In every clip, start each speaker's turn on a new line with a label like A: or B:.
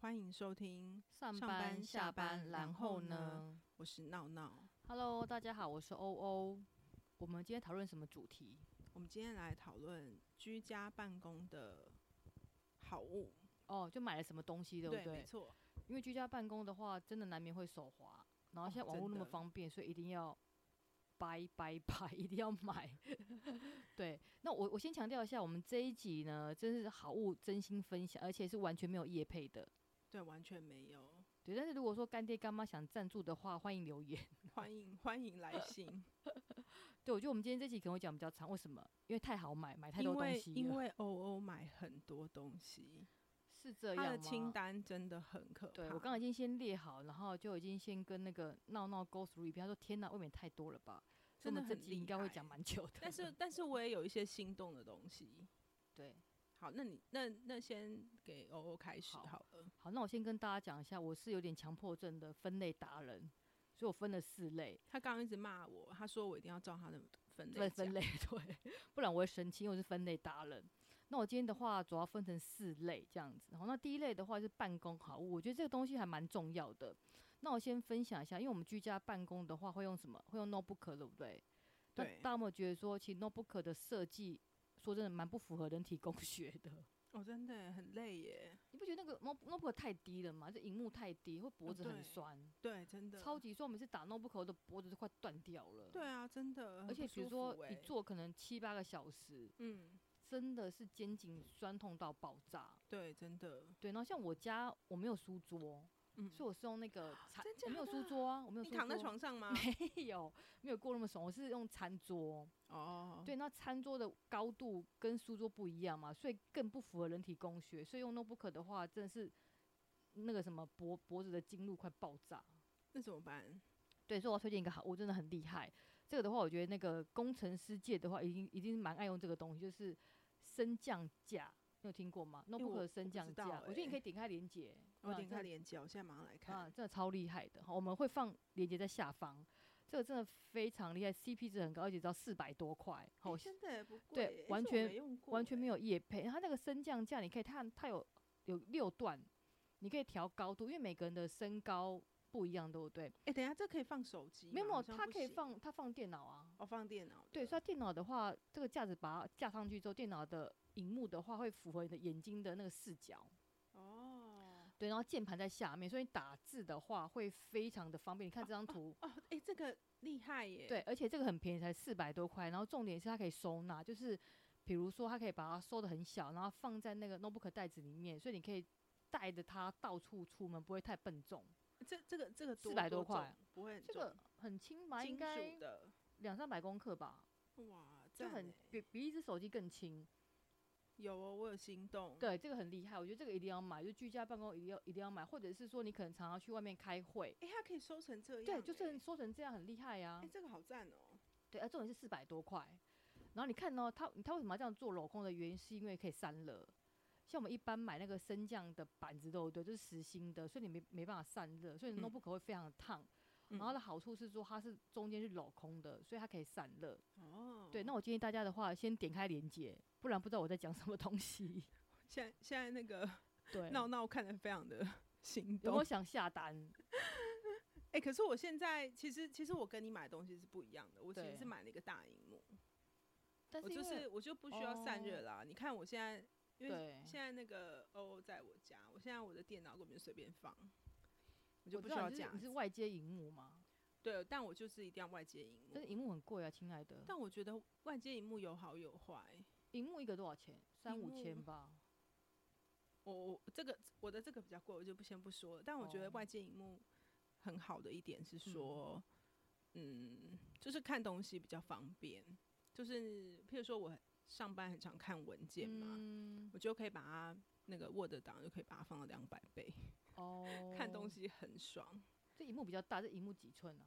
A: 欢迎收听，
B: 上
A: 上班
B: 班、
A: 下
B: 下
A: 班
B: 班，
A: 然
B: 然
A: 后
B: 后
A: 呢
B: 呢
A: 我是闹闹。
B: ？Hello，大家好，我是欧欧。我们今天讨论什么主题？
A: 我们今天来讨论居家办公的好物，
B: 哦，就买了什么东西，对不对？
A: 没错，
B: 因为居家办公的话，真的难免会手滑，然后现在
A: 哦
B: 网络那么
A: 真的
B: 方便，所以一定要掰掰掰， 一定要买。对，那我我先强调一下，我们这一集呢，真是好物真心分享，而且是完全没有业配的。
A: 对，完全没有。
B: 对，但是如果说干爹干妈想赞助的话，欢迎留言。
A: 欢迎 欢迎来信，
B: 对，我觉得我们今天这集可能会讲比较长，为什么？因为太好买， 买太多
A: 因
B: 东
A: 为
B: 西了
A: 因为欧欧买很多东西，
B: 是这样
A: 他的
B: 吗？
A: 清单真的很可怕。
B: 对我刚刚已经先列好，然后就已经先跟那个闹闹 go through 一遍，他说天哪，未免太多了吧？所
A: 真
B: 以
A: 的
B: 我们这
A: 很
B: 集
A: 厉
B: 应该
A: 害欸
B: 会讲蛮久的。
A: 但 是但是我也有一些心动的东西。
B: 对，
A: 好，那你那那先给欧欧开始
B: 好
A: 好了。
B: 好，那我先跟大家讲一下，我是有点强迫症的分类达人，所以我分了四类，
A: 他刚刚一直骂我，他说我一定要照他的分类
B: 对，
A: 讲
B: 分类对，不然我会生气，因为我是分类达人。那我今天的话主要分成四类这样子，然后那第一类的话是办公好物，我觉得这个东西还蛮重要的。那我先分享一下，因为我们居家办公的话会用什么？会用 notebook 对不对？那
A: 对
B: 大家有没有觉得说，其实 notebook 的设计，说真的蛮不符合人体工学的？
A: 哦，真的很累耶。
B: 你不觉得那个 note- notebook 太低了吗？这荧幕太低，会脖子
A: 哦对
B: 很酸，
A: 对，真的
B: 超级酸。我每次打 notebook 我的脖子都快断掉了。
A: 对，啊，真的。很
B: 而且
A: 不
B: 比
A: 舒
B: 如
A: 服
B: 说
A: 欸
B: 一，坐可能七八个小时，
A: 嗯，
B: 真的是肩颈酸痛到爆炸。
A: 对，真的，
B: 对，然后像我家我没有书桌，
A: 嗯。
B: 所以我是用那个餐
A: 真，假
B: 我没有书
A: 的
B: 桌啊，我没有
A: 你
B: 书桌。
A: 躺在床上吗？
B: 没有没有过那么爽，我是用餐桌。
A: 哦，
B: 对，那餐桌的高度跟书桌不一样嘛，所以更不符合人体工学。所以用 notebook 的话，真的是那个什么脖脖子的经路快爆炸。
A: 那怎么办？
B: 对，所以我要推荐一个好物，真的很厉害。这个的话，我觉得那个工程师界的话，一定一定是蛮爱用这个东西，就是升降架。你有听过吗
A: 我
B: ？notebook
A: 我
B: 的升
A: 不知
B: 降
A: 道
B: 架，我觉得
A: 欸
B: 你可以点开链接，
A: 我
B: 啊
A: 点
B: 真
A: 开
B: 的
A: 连接，我现在马上来
B: 啊，
A: 看。
B: 真的超厉害的。好我们会放链接在下方，这个真的非常厉害，CP 值很高，而且只要四百多块。好，我
A: 欸真的不贵
B: 对
A: 欸，
B: 完
A: 这我
B: 全
A: 没用过
B: 完全没
A: 欸。
B: 有夜配，它那个升降架你可以看，它有有六段，你可以调高度，因为每个人的身高不一样，对不对？
A: 哎，等一下这可以放手机吗？
B: 没有没
A: 啊
B: 有，
A: 好像
B: 它
A: 不
B: 可以
A: 行
B: 放它放电脑啊，
A: 哦，放电脑的。
B: 对，所以它电脑的话，这个架子把它架上去之后，电脑的荧幕的话会符合你的眼睛的那个视角，
A: 哦
B: 对，然后键盘在下面，所以你打字的话会非常的方便。你看这张图，
A: 哦，哎，这个厉害耶。
B: 对，而且这个很便宜，才四百多块。然后重点是它可以收纳，就是比如说它可以把它收的很小，然后放在那个 notebook 袋子里面，所以你可以带着它到处出门，不会太笨重。
A: 这这个这个多
B: 400
A: 重
B: 多块，
A: 不会很
B: 这个很轻吧，
A: 重
B: 应
A: 金
B: 该
A: 属的
B: 两三百公克吧，
A: 哇，
B: 就
A: 赞
B: 很
A: 欸
B: 比比一只手机更轻。
A: 有哦，我有心动。
B: 对，这个很厉害，我觉得这个一定要买，就居家办公一定要一定要买，或者是说你可能常常去外面开会，
A: 哎，它可以收成这样欸。
B: 对，就是收成这样很厉害呀、
A: 哎，这个好赞哦。
B: 对，啊，重点是四百多块。然后你看哦，它它为什么要这样做镂空的原因，是因为可以散热。像我们一般买那个升降的板子都对，就是实心的，所以你没没办法散热，所以你
A: 嗯
B: notebook 会非常烫。
A: 嗯
B: 然后它的好处是说它是中间是镂空的，所以它可以散热。
A: 哦，
B: 对，那我建议大家的话，先点开链接，不然不知道我在讲什么 东西。
A: 现在现在那个
B: 对，
A: 闹闹看得非常的 心
B: 有没
A: 动
B: 有。想下单？
A: 哎、可是我现在其实其实我跟你买的东西是不一样的，我其实
B: 对
A: 是买了一个大荧幕，
B: 但
A: 我
B: 是因
A: 就
B: 为哦
A: 是我就不需要散热啦。你看我现在，因为
B: 对，
A: 现在那个欧欧在我家，我现在我的电脑根本就随便放，我就
B: 我
A: 不
B: 知
A: 需
B: 道
A: 要这
B: 你是
A: 样
B: 你。是外接荧幕吗？
A: 对，但我就是一定要外接荧
B: 但是
A: 幕。
B: 荧幕很贵啊，亲爱的。
A: 但我觉得外接荧幕有好有坏。
B: 荧幕一个多少钱？三
A: 荧
B: 五
A: 幕
B: 千吧。
A: 我我这个我的这个比较贵，我就不先不说了。但我觉得
B: 哦
A: 外接荧幕很好的一点是说，嗯，就是看东西比较方便。就是譬如说我上班很常看文件嘛，
B: 嗯
A: 我就可以把它那个 Word 档就可以把它放到两百倍，
B: 哦
A: 看东。西很爽。
B: 这荧幕比较大，这荧幕几寸啊？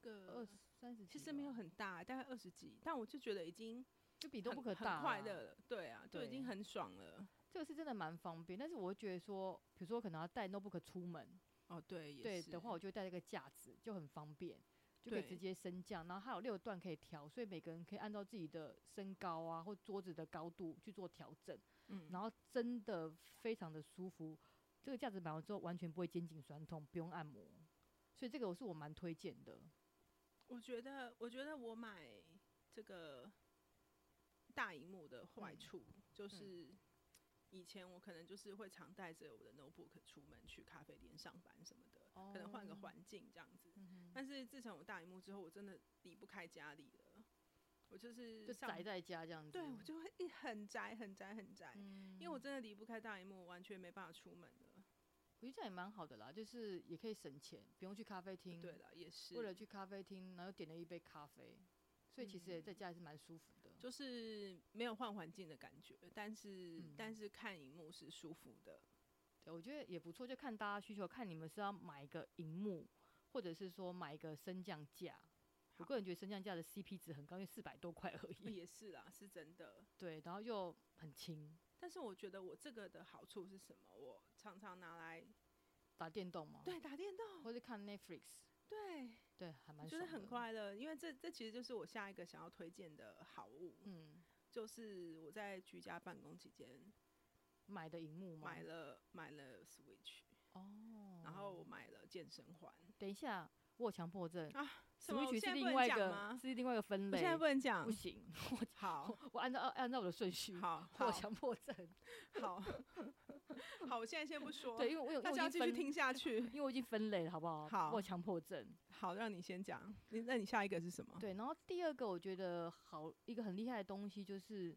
A: 这
B: 二
A: 个
B: 十三十几吧？
A: 呃其实没有很大，大概二十几，但我就觉得已经
B: 就比
A: 你
B: 都不可大。
A: 很快乐，了。对啊，就
B: 对
A: 已经很爽了。
B: 这个是真的蛮方便。但是我会觉得说，比如说可能要带 notebook 出门，
A: 哦，对，也
B: 对
A: 是
B: 的话，我就会带这个架子，就很方便，就可以
A: 对
B: 直接升降。然后它有六段可以调，所以每个人可以按照自己的身高啊或桌子的高度去做调整，
A: 嗯，
B: 然后真的非常的舒服。这个价值买完之后完全不会肩颈酸痛，不用按摩，所以这个我是我蛮推荐的。
A: 我觉得，我觉得我买这个大荧幕的坏
B: 嗯
A: 处、就是，以前我可能就是会常带着我的 notebook 出门去咖啡店上班什么的，可能换个
B: 哦
A: 环境这样子。
B: 嗯哼
A: 但是自从有大荧幕之后，我真的离不开家里了，我就是
B: 就
A: 上
B: 宅在家这样子。
A: 对我就会一很宅，很宅，很宅，
B: 嗯，
A: 因为我真的离不开大荧幕，我完全没办法出门了。
B: 我觉得这样也蛮好的啦，就是也可以省钱，不用去咖啡厅。
A: 对，了，也是
B: 嗯为了去咖啡厅，然后点了一杯咖啡，所以其实也在
A: 嗯
B: 家也是蛮舒服的。
A: 就是没有换环境的感觉，但是、
B: 嗯
A: 但是看荧幕是舒服 的。
B: 对，我觉得也不错，就看大家需求，看你们是要买一个荧幕，或者是说买一个升降架。我
A: 好
B: 个人觉得升降架的 CP 值很高，因为四百多块而已。
A: 也是啦，是真的。
B: 对，然后又很轻，
A: 但是我觉得我这个的好处是什么？我常常拿来
B: 打电动嘛，，
A: 对打电动，
B: 或是看 Netflix，
A: 对，
B: 对，还
A: 我
B: 蛮
A: 觉
B: 爽
A: 得
B: 的，
A: 很。快乐。因为这这其实就是我下一个想要推荐的好物，
B: 嗯，
A: 就是我在居家办公期间
B: 买的荧幕嘛，
A: 买了买了 Switch，
B: 哦。
A: 然后我买了健身环。
B: 等一下，我有强迫症
A: 啊 什么？我现
B: Switch 是
A: 在不
B: 另
A: 能
B: 外一
A: 讲
B: 个
A: 吗？
B: 是另外一个分
A: 我
B: 类，
A: 现在不能讲
B: 不。行，
A: 好，
B: 我按照按照我的顺序，
A: 好，
B: 我有
A: 好，
B: 强迫症。
A: 好， 好，我现在先不说。
B: 对，因为我有
A: 大
B: 我已
A: 家要
B: 经
A: 继续
B: 分，
A: 听下去。
B: 因为我已经分类了，好不好？
A: 好
B: 我有强迫症。
A: 好，让你先讲。你那你下一个是什么？
B: 对，然后第二个我觉得好一个很厉害的东西就是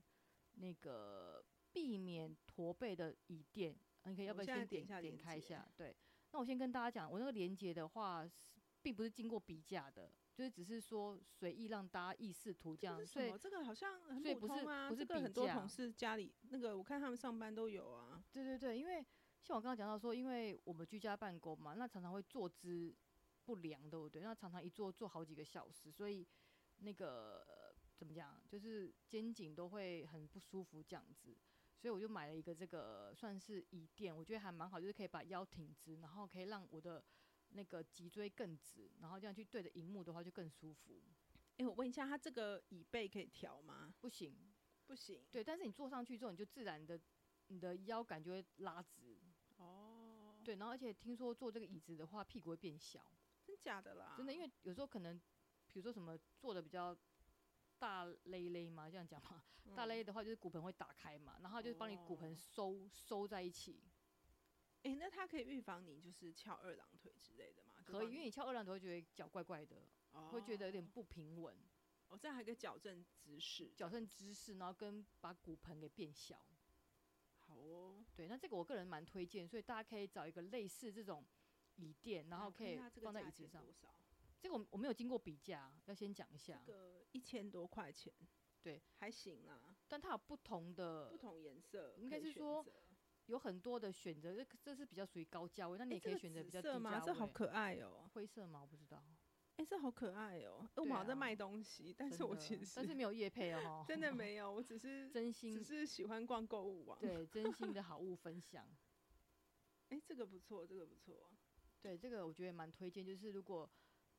B: 那个避免驼背的椅垫，啊你可以要
A: 我
B: 不要
A: 现在
B: 先
A: 点
B: 点
A: 一下
B: 点
A: 连
B: 开一
A: 结
B: 下？对，那我先跟大家讲，我那个连接的话是并不是经过比价的，就是只是说随意让大家意识图这
A: 这
B: 样，
A: 是
B: 啊所
A: 什
B: 以
A: 么？这个好像很
B: 所以
A: 普
B: 不是
A: 通啊，
B: 不是
A: 这个
B: 比
A: 很多
B: 价
A: 同事家里那个，我看他们上班都有啊。
B: 对对对，因为像我刚刚讲到说，因为我们居家办公嘛，那常常会坐姿不良，对不对？那常常一坐坐好几个小时，所以那个、呃怎么讲，就是肩颈都会很不舒服这样子。所以我就买了一个这个算是椅垫，我觉得还蛮好，就是可以把腰挺直，然后可以让我的那个脊椎更直，然后这样去对着荧幕的话就更舒服。
A: 哎、我问一下，它这个椅背可以调吗？
B: 不行，
A: 不行。
B: 对，但是你坐上去之后，你就自然的你的腰感就会拉直，
A: 哦，
B: 对，然后而且听说坐这个椅子的话，屁股会变小，
A: 真假的啦？
B: 真的，因为有时候可能，比如说什么坐的比较大勒勒嘛，这样讲嘛，大勒
A: 哎、
B: 的话就是骨盆会打开嘛，然后就是帮你骨盆
A: 哦
B: 收、收在一起，
A: 诶那它可以预防你就是翘二郎腿之类的吗？就
B: 可以，
A: 帮
B: 因为你翘二郎腿会觉得脚怪怪的，
A: 哦
B: 会觉得有点不平稳，
A: 哦，这样还可以矫正姿势。
B: 矫正姿势，然后跟把骨盆给变小。
A: 好哦，
B: 对，那这个我个人蛮推荐，所以大家可以找一个类似这种椅垫，然
A: 那
B: 后
A: 我
B: 可
A: 看一
B: 以
A: 下这个
B: 放在
A: 价
B: 椅子
A: 钱
B: 上
A: 多。少？
B: 这个我我没有经过比价，要先讲一下
A: 这，个一千多块钱，
B: 对，
A: 还行啦，
B: 但它有不同的
A: 不同颜色
B: 应
A: 可
B: 该
A: 以
B: 是
A: 选
B: 说
A: 择
B: 有很多的选择，这这是比较属于高价位，嗯那你
A: 诶
B: 也
A: 这
B: 可以
A: 个
B: 选择
A: 紫
B: 比较低
A: 色
B: 价
A: 吗？
B: 位。
A: 这好可爱哦、
B: 灰色吗？我不知道。
A: 诶，这好可爱哦、诶我
B: 对
A: 们好像在
B: 啊
A: 卖东西，但是
B: 真
A: 我
B: 的啊
A: 其
B: 但是
A: 实
B: 没有叶配 哦，
A: 真的没有，我只是
B: 真心
A: 只是喜欢逛购物网。
B: 对真心的好物分享。
A: 诶，这个不错，这个不错。
B: 对这个我觉得蛮推荐，就是如果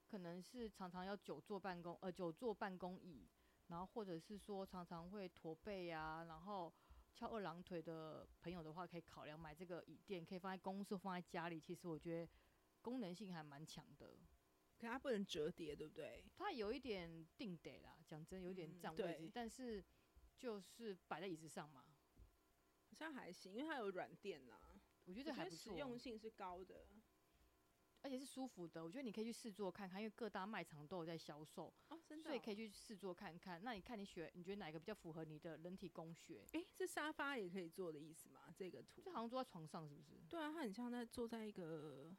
B: 可能是常常要久坐办公，呃，久坐办公椅，然后或者是说常常会驼背啊，然后翘二郎腿的朋友的话，可以考量买这个椅垫，可以放在公司放在家里，其实我觉得功能性还蛮强的。
A: 可它不能折叠，对不对？
B: 它有一点定得啦，讲真有点
A: 嗯
B: 占位置，
A: 对
B: 但是就是摆在椅子上嘛，
A: 好像还行，因为它有软垫啦，我
B: 我觉
A: 觉
B: 得这还
A: 得
B: 不
A: 实
B: 错，
A: 用性是高的。
B: 而且是舒服的。我觉得你可以去试做看看，因为各大卖场都有在销售，
A: 哦，真的、
B: 所以可以
A: 以。
B: 去试做看看。那你看你选，你觉得哪个比较符合你的人体工学？
A: 诶，这沙发也可以坐的意思吗？这个图
B: 这。好像坐在床上是不是？
A: 对啊，它很像在坐在一个，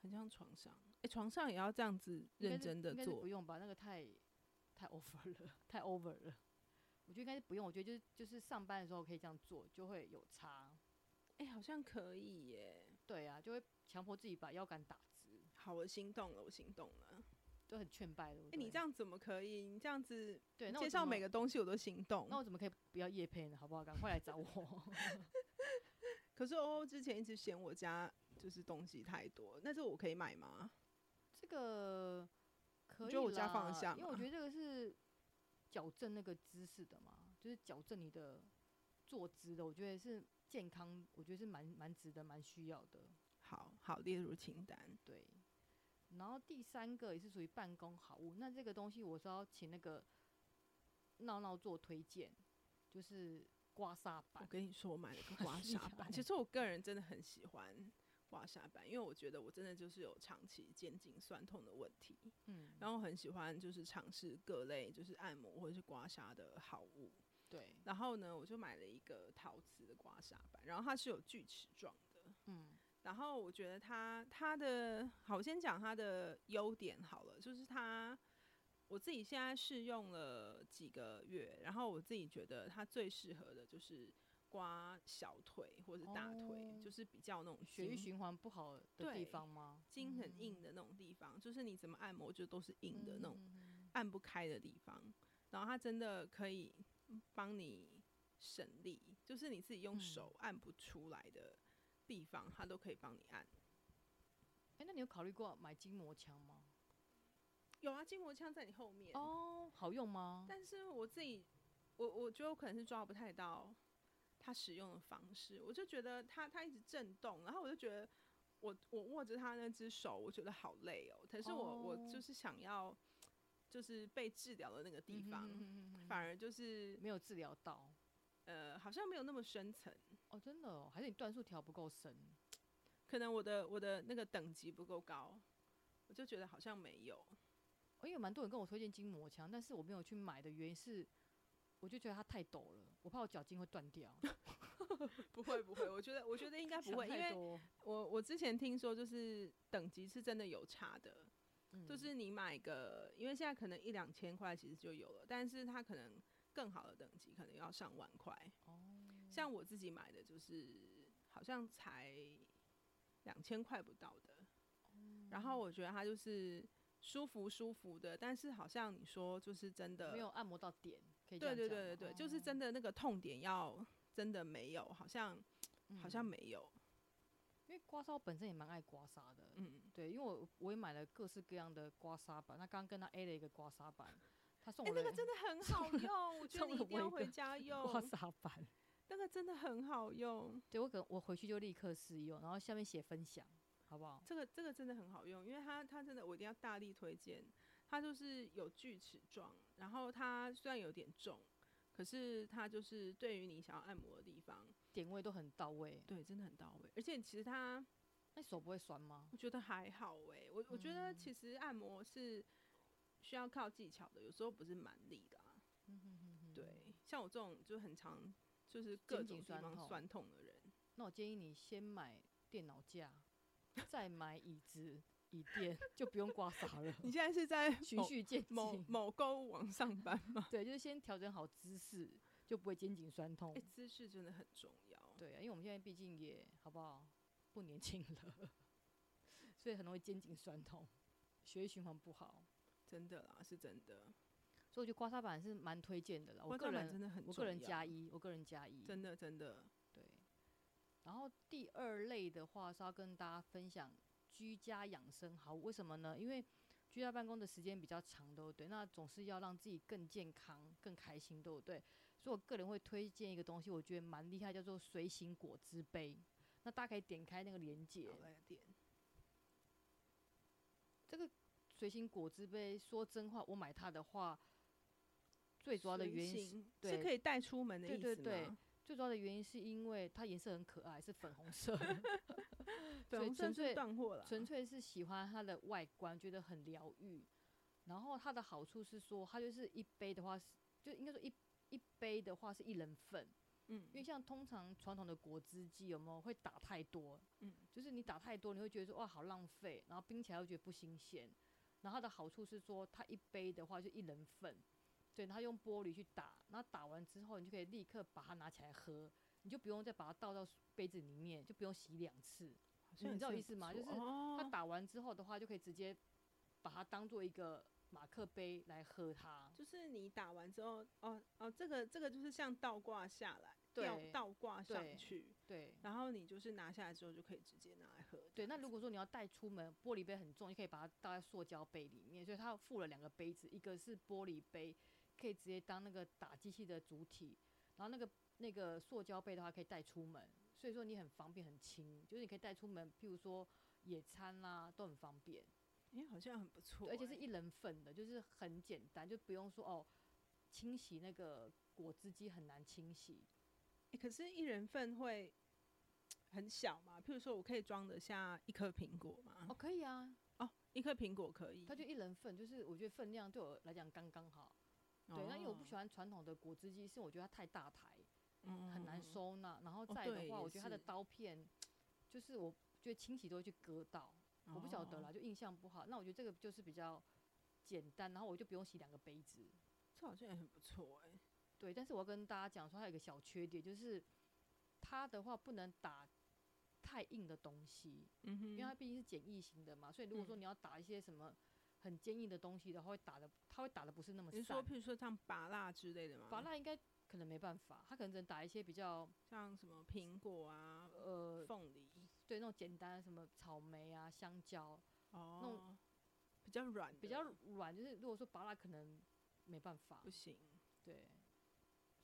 A: 很像床上。诶，床上也要这样子
B: 应该
A: 认
B: 是
A: 真的
B: 应该是
A: 坐
B: 不。用吧？那个太太 over 了， 太 over 了。我觉得应该是不用，我觉得就是就是上班的时候可以这样做，就会有差。
A: 诶，好像可以耶。
B: 对啊，就会强迫自己把腰杆打直，
A: 好，我心动了，我心动了。
B: 就很劝败的。
A: 诶，你这样怎么可以？你这样子
B: 对，哎那我
A: 介
B: 怎
A: 绍
B: 么
A: 每个东西我都心动
B: 那。我怎么可以不要叶配呢？好不好？赶快来找我。
A: 可是欧欧之前一直嫌我家就是东西太多，那这我可以买吗？
B: 这 个可以
A: 觉得我家放得
B: 啦
A: 下
B: 因为我
A: 吗
B: 觉得这个是矫正那个姿势的嘛，就是矫正你的坐姿的，我觉得是健康，我觉得是蛮蛮值得、蛮需要的。
A: 好好列入清单。
B: 对，然后第三个也是属于办公好物，那这个东西我是要请那个闹闹做推荐，就是刮痧
A: 我
B: 板。
A: 跟你说，我买了个刮痧板。其实我个人真的很喜欢刮痧板，因为我觉得我真的就是有长期肩颈酸痛的问题，
B: 嗯，
A: 然后我很喜欢就是尝试各类就是按摩或者是刮痧的好物。
B: 对，
A: 然后呢，我就买了一个陶瓷的刮痧板，然后它是有锯齿状的。
B: 嗯
A: 然后我觉得它它的好，我先讲它的优点好了，就是它我自己现在试用了几个月，然后我自己觉得它最适合的就是刮小腿或者大腿，
B: 哦
A: 就是比较那种
B: 血液
A: 筋
B: 循环不好的地
A: 对
B: 方吗？
A: 筋很硬
B: 嗯
A: 的那种地方，就是你怎么按摩就都是硬的那种
B: 嗯嗯嗯
A: 按不开的地方，然后它真的可以帮你省力，就是你自己用
B: 嗯
A: 手按不出来的地方，它都可以帮你按。
B: 哎、那你有考虑过买筋膜枪吗？
A: 有啊，筋膜枪在你后面，
B: 哦，好用吗？
A: 但是我自己，我我觉得我可能是抓不太到它使用的方式，我就觉得它它一直震动，然后我就觉得我我握着它那只手，我觉得好累哦。可是我、
B: 哦
A: 我就是想要，就是被治疗的那个地方，
B: 嗯哼哼哼哼
A: 反而就是
B: 没有治疗到
A: 呃，好像没有那么深层。
B: 哦，真的、哦，还是你段数调不够深？
A: 可能我的我的那个等级不够高，我就觉得好像没有。
B: 哦因为有蛮多人跟我推荐筋膜枪，但是我没有去买的原因是，我就觉得它太陡了，我怕我脚筋会断掉。
A: 不会不会，我觉得我觉得应该 不
B: 想
A: 会，因
B: 太
A: 为
B: 多
A: 我我之前听说就是等级是真的有差的，
B: 嗯
A: 就是你买个，因为现在可能一两千块其实就有了，但是它可能更好的等级可能要上万块。
B: 哦，
A: 像我自己买的就是好像才两千块不到的，
B: 嗯
A: 然后我觉得它就是舒服舒服的，但是好像你说就是真的
B: 没有按摩到点，可以这
A: 对
B: 样
A: 对
B: 讲
A: 对对
B: 吗哦
A: 对，就是真的那个痛点要真的没有，好像好像
B: 嗯
A: 没有，
B: 因为刮痧我本身也蛮爱刮痧的，
A: 嗯。
B: 对，因为我我也买了各式各样的刮痧板，那刚刚跟他 A 了一个刮痧板，他送
A: 哎、
B: 我
A: 那
B: 的
A: 个真的哦很好用，我觉 得
B: 送
A: 你一定
B: 了我
A: 要
B: 一
A: 回
B: 个
A: 家
B: 刮
A: 用，
B: 痧板，
A: 那个真的很好用。
B: 对我可能我回去就立刻试用，然后下面写分享，好不好？
A: 这个这个真的很好用，因为它它真的我一定要大力推荐。它就是有锯齿状，然后它虽然有点重，可是它就是对于你想要按摩的地方，
B: 点位都很到位，
A: 对，真的很到位。而且其实它
B: 那手不会酸吗？
A: 我觉得还好哎、我我觉得
B: 嗯
A: 其实按摩是需要靠技巧的，有时候不是蛮力的啊。
B: 嗯哼哼哼
A: 对，像我这种就很常就是各
B: 肩
A: 种地
B: 颈酸
A: 方
B: 痛
A: 酸痛的人，
B: 那我建议你先买电脑架，再买椅子、椅垫，就不用刮痧了。
A: 你现在是 在
B: 循
A: 某
B: 序渐
A: 某
B: 进，
A: 某购物网上班吗？
B: 对，就是先调整好姿势，就不会肩颈酸痛
A: 哎、。姿势真的很重要。
B: 对啊，因为我们现在毕竟也好不好不年轻了， 所以很容易肩颈酸痛，血液循环不好，
A: 真的啦，是真的。
B: 所以我觉得刮痧板是蛮推荐的啦。哦
A: 刮
B: 我个
A: 痧板
B: 人
A: 真的很重要，
B: 我个人加一，我个人加一，
A: 真的真的。
B: 对。然后第二类的话是要跟大家分享居家养生好，为什么呢？因为居家办公的时间比较长，对不对？那总是要让自己更健康、更开心，对不对？所以我个人会推荐一个东西，我觉得蛮厉害，叫做随行果汁杯。那大家可以点开那个链接
A: 好，来点，
B: 这个随行果汁杯，说真话，我买它的话，最主要的
A: 随
B: 原因是
A: 行
B: 对
A: 是可以带出门的意
B: 对
A: 思吗？
B: 对对最主要的原因是因为它颜色很可爱，是粉红色，
A: 粉
B: 所以
A: 红色是
B: 纯粹
A: 断货了，
B: 纯粹是喜欢它的外观，觉得很疗愈。然后它的好处是说，它就是一杯的话是，就应该说一一杯的话是一人份，
A: 嗯
B: 因为像通常传统的果汁机有没有会打太多，
A: 嗯，
B: 就是你打太多，你会觉得说哇好浪费，然后冰起来又觉得不新鲜。然后它的好处是说，它一杯的话就一人份，对，它用玻璃去打，那打完之后你就可以立刻把它拿起来喝，你就不用再把它倒到杯子里面，就不用洗两次。
A: 好像
B: 你
A: 也
B: 知道
A: 是
B: 意思
A: 很
B: 吗
A: 不
B: 就
A: 错
B: 是它
A: 哦，
B: 打完之后的话，就可以直接把它当做一个马克杯来喝它。
A: 哦就是你打完之后，哦哦，这个这个就是像倒挂下来，吊
B: 对
A: 倒挂上
B: 对
A: 去，
B: 对
A: 然后你就是拿下来之后就可以直接拿来喝。
B: 对，那如果说你要带出门，玻璃杯很重，你可以把它倒在塑胶杯里面，所以它附了两个杯子，一个是玻璃杯，可以直接当那个打机器的主体，然后那个那个塑胶杯的话可以带出门，所以说你很方便很轻，就是你可以带出门，譬如说野餐啦、都很方便，
A: 哎、好像很不错、
B: 对而且是
A: 欸
B: 一人份的，就是很简单，就不用说哦清洗那个果汁机很难清洗，
A: 欸可是一人份会很小嘛？譬如说我可以装得下一颗苹果吗
B: 哦，？可以啊，
A: 哦，一颗苹果可以。
B: 它就一人份，就是我觉得分量对我来讲刚刚好。对，那因为我不喜
A: 哦，
B: 欢传统的果汁机，是我觉得它太大台，
A: 嗯
B: 很难
A: 嗯嗯
B: 收纳。然后
A: 哦
B: 再的
A: 对
B: 话，
A: 也
B: 我觉得它的
A: 是
B: 刀片，就是我觉得清洗都会去割到，我不晓得啦，
A: 哦，
B: 就印象不好。那我觉得这个就是比较简单，然后我就不用洗两个杯子。
A: 这好像也很不错哎、
B: 对，但是我要跟大家讲说，它有一个小缺点，就是它的话不能打太硬的东西，
A: 嗯哼，
B: 因为它毕竟是简易型的嘛，所以如果说
A: 嗯
B: 你要打一些什么很坚硬的东西的话，会打的它会打的不是那么
A: 你
B: 散。
A: 是说譬如说像拔蜡之类的吗？
B: 法拉应该可能没办法，它可能只能打一些比较
A: 像什么苹果啊、
B: 呃，
A: 凤梨
B: 对那种简单的什么草莓啊、香蕉
A: 哦，比较软的，
B: 比较软，就是如果说拔拉可能没办法
A: 不，行，
B: 对。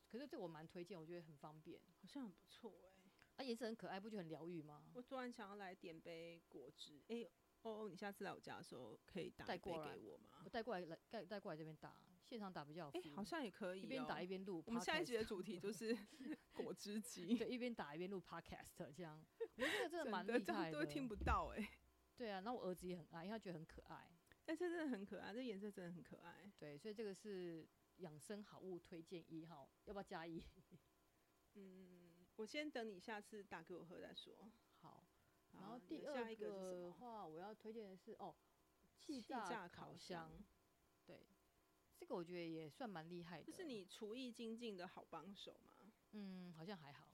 B: 可是这我蛮推荐，我觉得很方便，
A: 好像很不错哎、
B: 啊，颜色很可爱，不觉得很疗愈吗？
A: 我突然想要来点杯果汁，哎、哦，你下次来我家的时候可以打
B: 带
A: 一杯
B: 过来
A: 给我吗
B: 我？带过来来带带过来这边打，现场打比较有
A: 哎、
B: feel
A: 好像也可以、
B: 一
A: 哦。
B: 边打一边录 podcast。
A: 我们下一集的主题就是 果汁机，
B: 对一边打一边录 podcast 这样，我觉得这个真的蛮
A: 真的
B: 厉
A: 这
B: 害
A: 样都会听不到 哎、
B: 对啊，那我儿子也很爱，因为他觉得很可爱。
A: 但是真的很可爱，这颜色真的很可爱。
B: 对，所以这个是养生好物推荐一号，要不要加一？
A: 嗯，我先等你下次打给我喝再说。
B: 好，
A: 好
B: 然后
A: 你
B: 第
A: 的
B: 二
A: 下一个是什
B: 的
A: 么
B: 话，我要推荐的是哦，气
A: 气
B: 炸
A: 炸
B: 烤
A: 烤
B: 箱，对，这个我觉得也算蛮厉害的。
A: 这是你厨艺精进的好帮手吗？
B: 嗯，好像还好，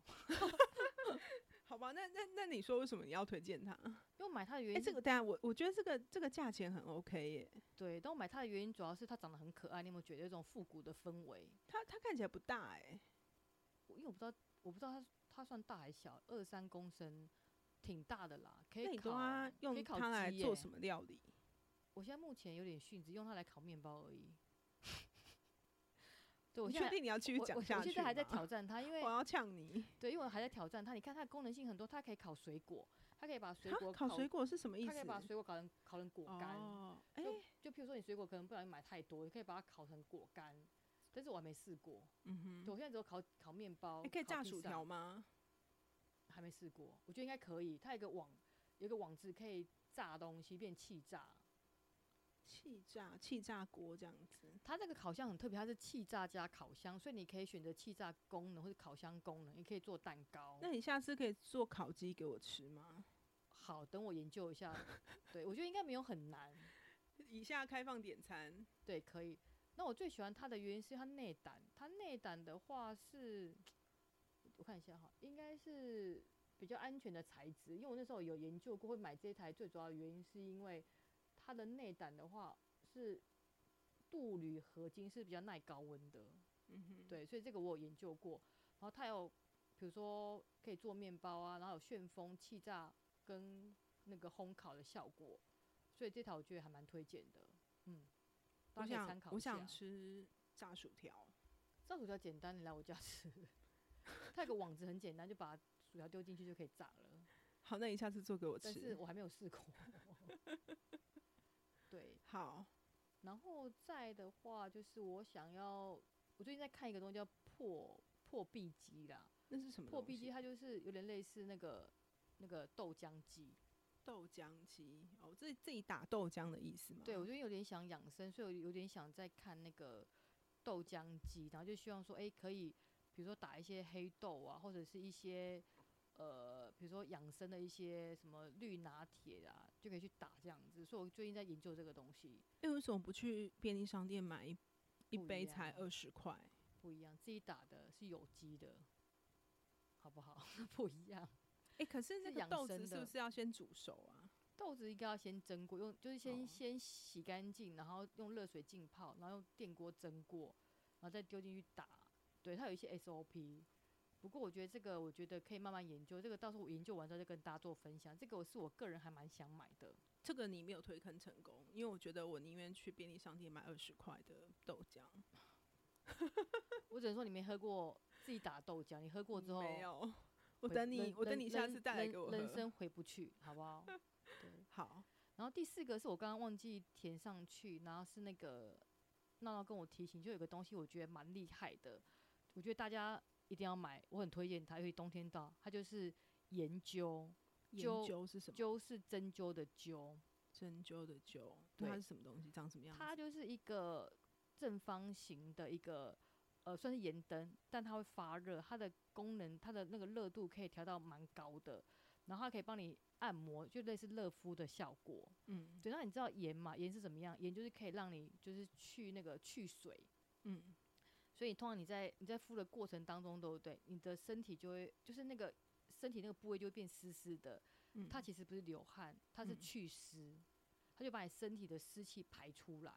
A: 好吧，那那那你说为什么你要推荐 它？
B: 因为我买它的原
A: 哎、
B: 因是，
A: 这个当然我我觉得这个这个价钱很 OK 耶，
B: 对，但我买它的原因主要是它长得很可爱，你有没有觉得有一种复古的氛围？
A: 它它看起来不大哎，
B: 我因为我不知道，我不知道它它算大还小，二三公升，挺大的啦，可
A: 那
B: 以
A: 你都啊它
B: 烤可以
A: 用
B: 烤
A: 它来
B: 鸡
A: 做
B: 耶
A: 什么料理？
B: 我现在目前有点逊，只用它来烤面包而已。对，我
A: 你
B: 现
A: 确
B: 在
A: 定你要继续
B: 我
A: 讲
B: 我
A: 下
B: 我
A: 去
B: 现在还在
A: 吗
B: 挑，战它，因为
A: 我要呛你。
B: 对，因为我还在挑战它。你看它的功能性很多，它可以烤水果，它可以把水
A: 啊
B: 果
A: 烤水果是什么意思？
B: 它可以把水果烤成烤成果干。
A: 哦，哎、
B: 就就譬如说你水果可能不小心买太多，你可以把它烤成果干。但是我还没试过，
A: 嗯哼
B: 对，我现在只有烤烤面包，
A: 哎你可以
B: 烤
A: 炸
B: 披
A: 薯
B: 萨
A: 条吗？
B: 还没试过，我觉得应该可以。它有一个网，有一个网子可以炸东西变气炸。
A: 气炸气炸锅这样子，
B: 它这个烤箱很特别，它是气炸加烤箱，所以你可以选择气炸功能或者烤箱功能，也可以做蛋糕。
A: 那你下次可以做烤鸡给我吃吗？
B: 好，等我研究一下。对，我觉得应该没有很难。
A: 以下开放点餐，
B: 对，可以。那我最喜欢它的原因是它内胆，它内胆的话是，我看一下哈，应该是比较安全的材质。因为我那时候有研究过，会买这一台最主要的原因是因为它的内胆的话是镀铝合金，是比较耐高温的。
A: 嗯哼，，
B: 对，所以这个我有研究过。然后它有，比如说可以做面包啊，然后有旋风气炸跟那个烘烤的效果，所以这台我觉得还蛮推荐的。嗯，大
A: 我
B: 家可以参
A: 想
B: 考
A: 我
B: 一下。
A: 想吃炸薯条，
B: 炸薯条简单，你来我家吃。它有个网子很简单，就把薯条丢进去就可以炸了。
A: 好，那你下次做给我
B: 但是
A: 吃，
B: 我还没有试过。 对，
A: 好，
B: 然后再的话就是我想要，我最近在看一个东西叫破破壁机啦，
A: 那是什么
B: 破
A: 东
B: 壁机
A: 西
B: 它就是有点类似那个那个豆浆机，
A: 豆浆机哦，自己自己打豆浆的意思吗？
B: 对我最近有点想养生，所以我有点想再看那个豆浆机，然后就希望说，哎、可以比如说打一些黑豆啊，或者是一些呃，比如说养生的一些什么绿拿铁啊，就可以去打这样子。所以我最近在研究这个东西，
A: 哎，为什么不去便利商店买一一
B: 不一
A: 杯才
B: 样
A: 二十块？
B: 不一样，自己打的是有机的，好不好？ 不一样。
A: 哎，可是那
B: 是
A: 个
B: 养
A: 豆
B: 生
A: 子是
B: 的
A: 不是要先煮熟啊？
B: 豆子应该要先蒸过，用就是先、
A: 哦
B: 先洗干净，然后用热水浸泡，然后用电锅蒸过，然后再丢进去打。对，它有一些 SOP。不过我觉得这个，我觉得可以慢慢研究。这个到时候我研究完之后再跟大家做分享。这个我是我个人还蛮想买的。
A: 这个你没有推坑成功，因为我觉得我宁愿去便利商店买二十块的豆浆。
B: 我只能说你没喝过自己打豆浆，你喝过之后，
A: 没有，我
B: 回
A: 等你
B: 人，
A: 我等
B: 人
A: 你下
B: 人
A: 次带来
B: 人
A: 给我
B: 人
A: 喝。
B: 生回不去，好不好？对。
A: 好，
B: 然后第四个是我刚刚忘记填上去，然后是那个闹闹跟我提醒，就有个东西我觉得蛮厉害的，我觉得大家一定要买，我很推荐它，因为冬天到，它就是研究，
A: 研
B: 灸
A: 究是什么？
B: 灸是针灸的灸，
A: 针灸的灸，那它
B: 对
A: 是什么东西？长什么样子？
B: 它就是一个正方形的一个呃，算是盐灯，但它会发热，它的功能，它的那个热度可以调到蛮高的，然后它可以帮你按摩，就类似热敷的效果。
A: 嗯
B: 对，那你知道盐嘛？盐是怎么样？盐就是可以让你就是去那个去水，
A: 嗯，
B: 所以通常你在你在敷的过程当中，对不对？你的身体就会就是那个身体那个部位就会变湿湿的，
A: 嗯
B: 它其实不是流汗，它是
A: 嗯
B: 去湿，它就把你身体的湿气排出来。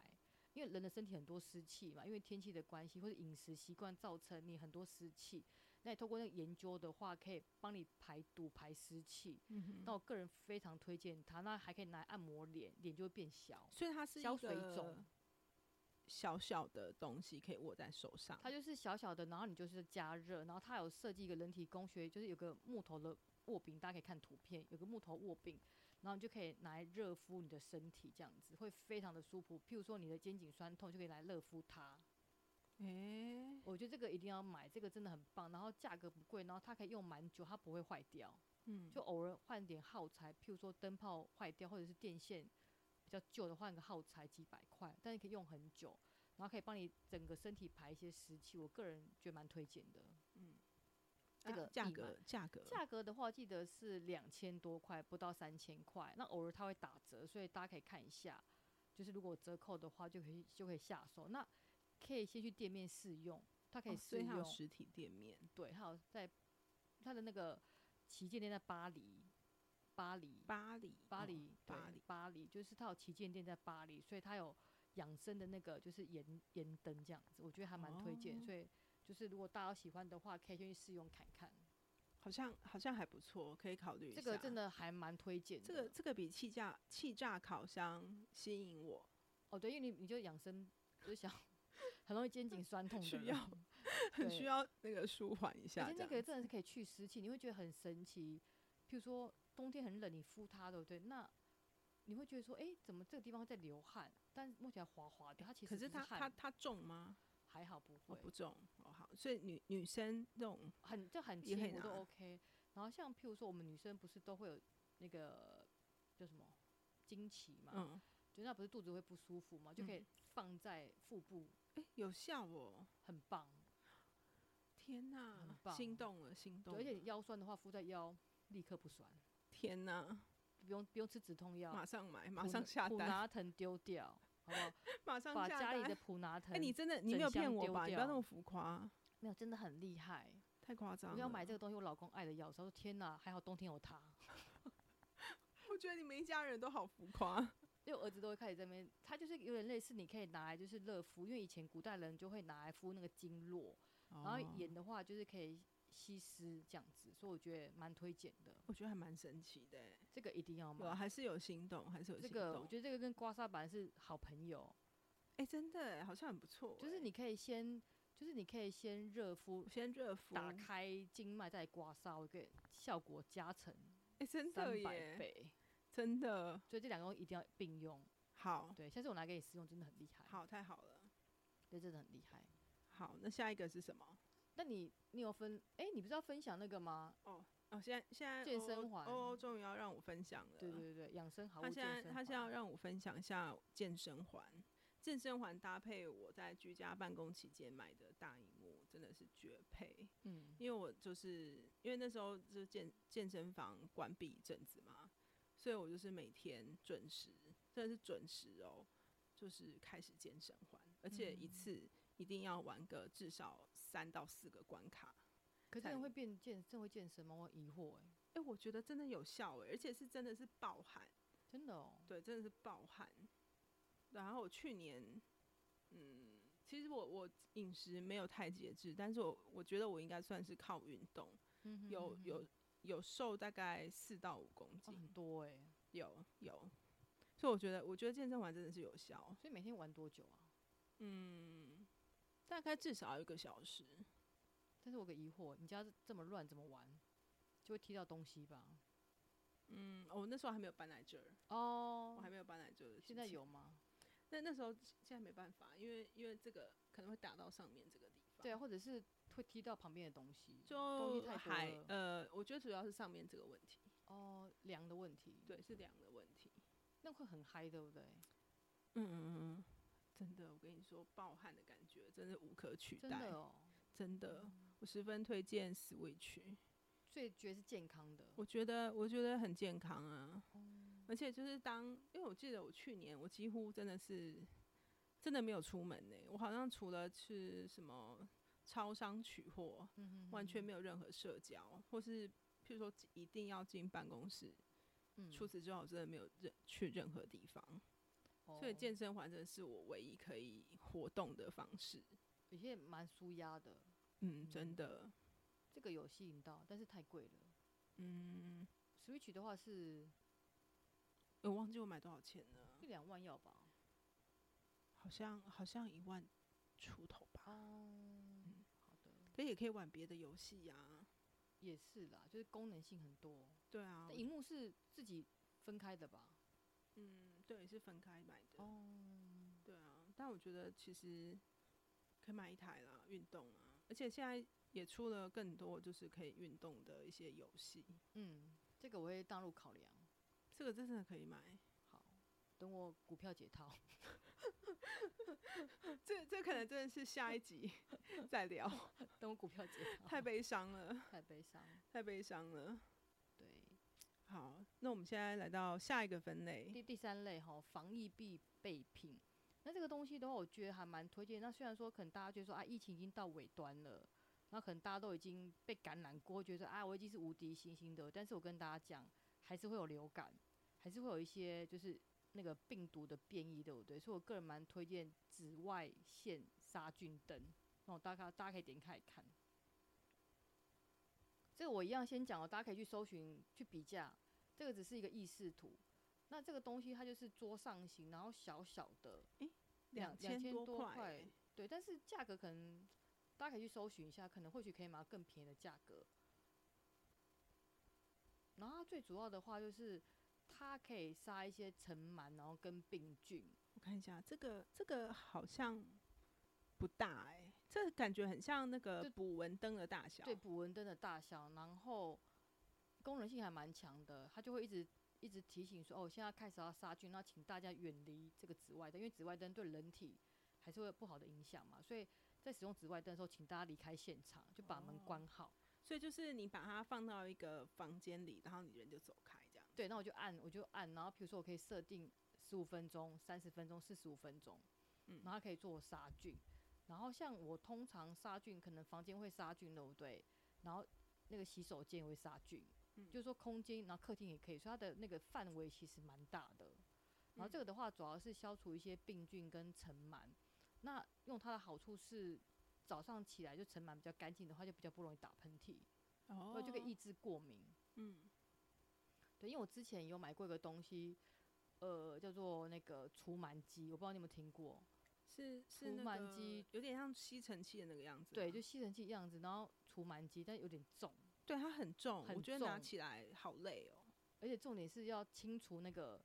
B: 因为人的身体很多湿气嘛，因为天气的关系或者饮食习惯造成你很多湿气，那你透过那个研究的话，可以帮你排毒排湿气。
A: 嗯哼
B: 那我个人非常推荐它，那还可以拿来按摩脸，脸就会变小。
A: 所以它是
B: 消
A: 一
B: 水
A: 个
B: 肿
A: 小小的东西，可以握在手上。
B: 它就是小小的，然后你就是加热，然后它有设计一个人体工学，就是有个木头的握柄，大家可以看图片，有个木头握柄，然后你就可以拿来热敷你的身体，这样子会非常的舒服。譬如说你的肩颈酸痛，就可以来热敷它。
A: 诶、
B: 我觉得这个一定要买，这个真的很棒，然后价格不贵，然后它可以用蛮久，它不会坏掉。
A: 嗯，
B: 就偶尔换点耗材，譬如说灯泡坏掉或者是电线比较旧的，换个耗材几百块，但是可以用很久，然后可以帮你整个身体排一些湿气。我个人觉得蛮推荐的。这
A: 嗯啊
B: 个
A: 价
B: 义
A: 格
B: 卖
A: 价格
B: 价格的话，记得是两千多块，不到三千块。那偶尔它会打折，所以大家可以看一下。就是如果折扣的话，就可以就可以下手。那可以先去店面试用，它可
A: 哦所
B: 试
A: 以它
B: 用。
A: 有实体店面。
B: 对，还有在它的那个旗舰店在巴黎，巴黎，
A: 巴黎，
B: 巴
A: 哦
B: 黎，对
A: 巴黎，
B: 巴黎，就是它有旗舰店在巴黎，所以它有养生的那个就是盐盐灯这样子，我觉得还蛮推荐。
A: 哦
B: 所以就是如果大家喜欢的话，可以先去试用看看，
A: 好像好像还不错，可以考虑一
B: 这个
A: 下
B: 真的还蛮推荐的。
A: 这个这个比气炸气炸烤箱吸引我，
B: 哦，对，因为你你就养生，就是想 很容易肩颈酸痛的
A: 需
B: 人，
A: 要很需
B: 对
A: 要那个舒缓一下
B: 而且
A: 这
B: 那
A: 样
B: 个
A: 子。
B: 真的是可以去湿气，你会觉得很神奇。譬如说冬天很冷，你敷它，对不对？那你会觉得说，哎、怎么这个地方在流汗？但摸起来滑滑的，它其实
A: 可是
B: 不
A: 它
B: 汗
A: 它它重吗？
B: 还好不
A: 哦，
B: 会，
A: 不重哦，好，所以女女生那种
B: 很就很
A: 也可以
B: 轻，我都
A: 拿
B: OK。然后像譬如说我们女生不是都会有那个叫什么经期嘛，
A: 嗯，
B: 就那不是肚子会不舒服嘛，就可以
A: 嗯
B: 放在腹部，
A: 哎、有效哦，
B: 很棒。
A: 天
B: 很
A: 哪，
B: 棒
A: 心动了，心动
B: 对
A: 了，
B: 而且你腰酸的话，敷在腰立刻不酸，
A: 天哪，
B: 不用不用吃止痛药，
A: 马上买，马
B: 普
A: 上
B: 拿
A: 下
B: 普
A: 单，
B: 拿疼丢掉，好不好？
A: 马上
B: 把
A: 下
B: 家里
A: 单
B: 的。普拿疼，
A: 哎、你真的你
B: 整
A: 没有
B: 箱
A: 骗我
B: 丢
A: 吧？你不要那
B: 掉
A: 么浮夸，
B: 没有真的很厉害。
A: 太夸张
B: 我
A: 了。
B: 要买这个东西，我老公爱的要死，他说天哪，还好冬天有它。
A: 我觉得你们一家人都好浮夸。
B: 因为我儿子都会开始这边，它就是有点类似，你可以拿来就是热敷，因为以前古代人就会拿来敷那个经络，
A: 然
B: 然后盐的话就是可以吸湿这样子，所以我觉得蛮推荐的，
A: 我觉得还蛮神奇的欸，
B: 这个一定要
A: 有啊
B: 买。
A: 还是有心动，还是有
B: 这
A: 心
B: 个
A: 动
B: 我。觉得这个跟刮痧板是好朋友，
A: 哎、真的欸好像很不错欸。
B: 就是你可以先，就是你可以先热敷
A: 我，先热敷，
B: 打
A: 哎、
B: 开经脉再刮痧，我觉得效果加成
A: 哎真
B: 三
A: 的
B: 百
A: 耶，
B: 倍，
A: 真的
B: 所以这两个东西一定要并用。
A: 好，
B: 对，下次我拿给你试用，真的很厉害，
A: 好，太好了。
B: 对，真的很厉害。
A: 好，那下一个是什么？
B: 那你你有分？哎、你不是要分享那个吗？
A: 哦，现在现在
B: 健
A: 欧
B: 身环
A: 欧欧终于要让我分享了。
B: 对对对，养生好物
A: 他
B: 健
A: 现在
B: 身
A: 他现在
B: 环
A: 要让我分享一下健身环，健身环搭配我在居家办公期间买的大荧幕，真的是绝配。
B: 嗯
A: 因为我就是因为那时候就是健健身房关闭一阵子嘛，所以我就是每天准时，真的是准时哦，就是开始健身环，而且一
B: 嗯
A: 次一定要玩个至少三到四个关卡。
B: 可是
A: 在
B: 真的会变健，真的会健身吗？我很疑惑哎、
A: 哎、我觉得真的有效哎、而且是真的是爆汗，
B: 真的哦，
A: 对，真的是爆汗。然后我去年，嗯，其实我我饮食没有太节制，但是我我觉得我应该算是靠运动。
B: 嗯哼
A: 有
B: 嗯
A: 有有瘦大概四到五公
B: 哼哦
A: 斤，
B: 很多哎、
A: 有有，所以我觉得我觉得健身环真的是有效，
B: 所以每天玩多久啊？
A: 嗯，大概至少要一个小时，
B: 但是我有个疑惑，你家这么乱，怎么玩？就会踢到东西吧？
A: 嗯，我、那时候还没有搬来这儿，
B: 哦
A: 我还没有搬来这儿。
B: 现在有？吗？
A: 那那时候现在没办法，因为因为这个可能会打到上面这个地方。
B: 对啊，或者是会踢到旁边的东西，东西
A: 就
B: 太多
A: 还
B: 了。
A: 呃，我觉得主要是上面这个问题，
B: 哦，梁的问题，，
A: 对，是两个问题。
B: 那会很嗨，对不对？
A: 嗯嗯嗯，真的，我跟你说，暴汗的感觉真的无可取代，
B: 真的哦，嗯
A: 真的我十分推荐 Switch，
B: 所以觉得是健康的。哦嗯
A: 我觉得我觉得很健康啊，而且就是当，因为我记得我去年我几乎真的是真的没有出门呢、我好像除了去什么超商取货，
B: 嗯哼哼
A: 完全
B: 哼
A: 没有任何社交，或是譬如说一定要进办公室，
B: 嗯
A: 除此之外我真的没有任去任何地方。所以
B: 哦
A: 健身环真的是我唯一可以活动的方式。
B: 有些蛮舒压的，
A: 嗯，真的，
B: 这个有吸引到，但是太贵了。
A: 嗯，
B: Switch 的话是
A: 我忘记我买多少钱了，
B: 一两万要吧？
A: 好像好像一万出头吧。
B: 哦，好的，
A: 可也可以玩别的游戏呀。
B: 也是啦，就是功能性很多。
A: 对啊
B: 那
A: 我
B: 荧幕是自己分开的吧？
A: 嗯，对，是分开买的。
B: 哦，
A: 对啊，但我觉得其实可以买一台啦，运动啊，而且现在也出了更多就是可以运动的一些游戏，
B: 嗯，这个我会纳入考量。
A: 这个真的可以买。
B: 好，等我股票解 套。
A: 这这可能真的是下一 集再聊，
B: 等我股票解套，
A: 太悲伤了，
B: 太悲伤。
A: 太悲伤了。
B: 对，
A: 好，那我们现在来到下一个分类。
B: 第第三类哈，防疫必备品。那这个东西的话，我觉得还蛮推荐。那虽然说可能大家觉得说啊，疫情已经到尾端了，那可能大家都已经被感染过，觉得说啊，我已经是无敌星星的。但是我跟大家讲，还是会有流感，还是会有一些就是那个病毒的变异，对不对？所以我个人蛮推荐紫外线杀菌灯，那我大家大家可以点开来看。这个我一样先讲哦，大家可以去搜寻去比价，这个只是一个意识图。那这个东西它就是桌上型，然后小小的，两
A: 千
B: 千多
A: 块
B: 块
A: 欸，
B: 对，但是价格可能大家可以去搜寻一下，可能或许可以买到更便宜的价格。然后它最主要的话就是它可以杀一些尘螨，然后跟病菌。
A: 我看一下，这个这个好像不大哎、这感觉很像那个
B: 就
A: 捕蚊灯的大小。
B: 对，捕蚊灯的大小，然后功能性还蛮强的，它就会一直一直提醒说，哦，现在开始要杀菌，那请大家远离这个紫外灯，因为紫外灯对人体还是会有不好的影响嘛，所以在使用紫外灯的时候，请大家离开现场，就把门
A: 哦
B: 关好。
A: 所以就是你把它放到一个房间里，然后你人就走开这样。
B: 对，那我就按，我就按，然后比如说我可以设定十五分钟、三十分钟、四十五分钟，
A: 嗯
B: 然后它可以做杀菌。然后像我通常杀菌，可能房间会杀菌，对不对？然后那个洗手间也会杀菌，
A: 嗯
B: 就是说空间，然后客厅也可以，所以它的那个范围其实蛮大的。然后
A: 嗯
B: 这个的话，主要是消除一些病菌跟尘螨。那用它的好处是，早上起来就尘螨比较干净的话，就比较不容易打喷嚏，
A: 哦
B: 或者就可以抑制过敏。
A: 嗯
B: 对，因为我之前有买过一个东西，呃，叫做那个除螨机，我不知道你有没有听过。
A: 是是
B: 除
A: 那
B: 螨
A: 个
B: 机
A: 有点像吸尘器的那个样子吗。
B: 对，就吸尘器样子，然后除螨机，但有点重，
A: 对它很重，我
B: 很
A: 觉得拿
B: 重
A: 起来好累哦。
B: 而且重点是要清除那个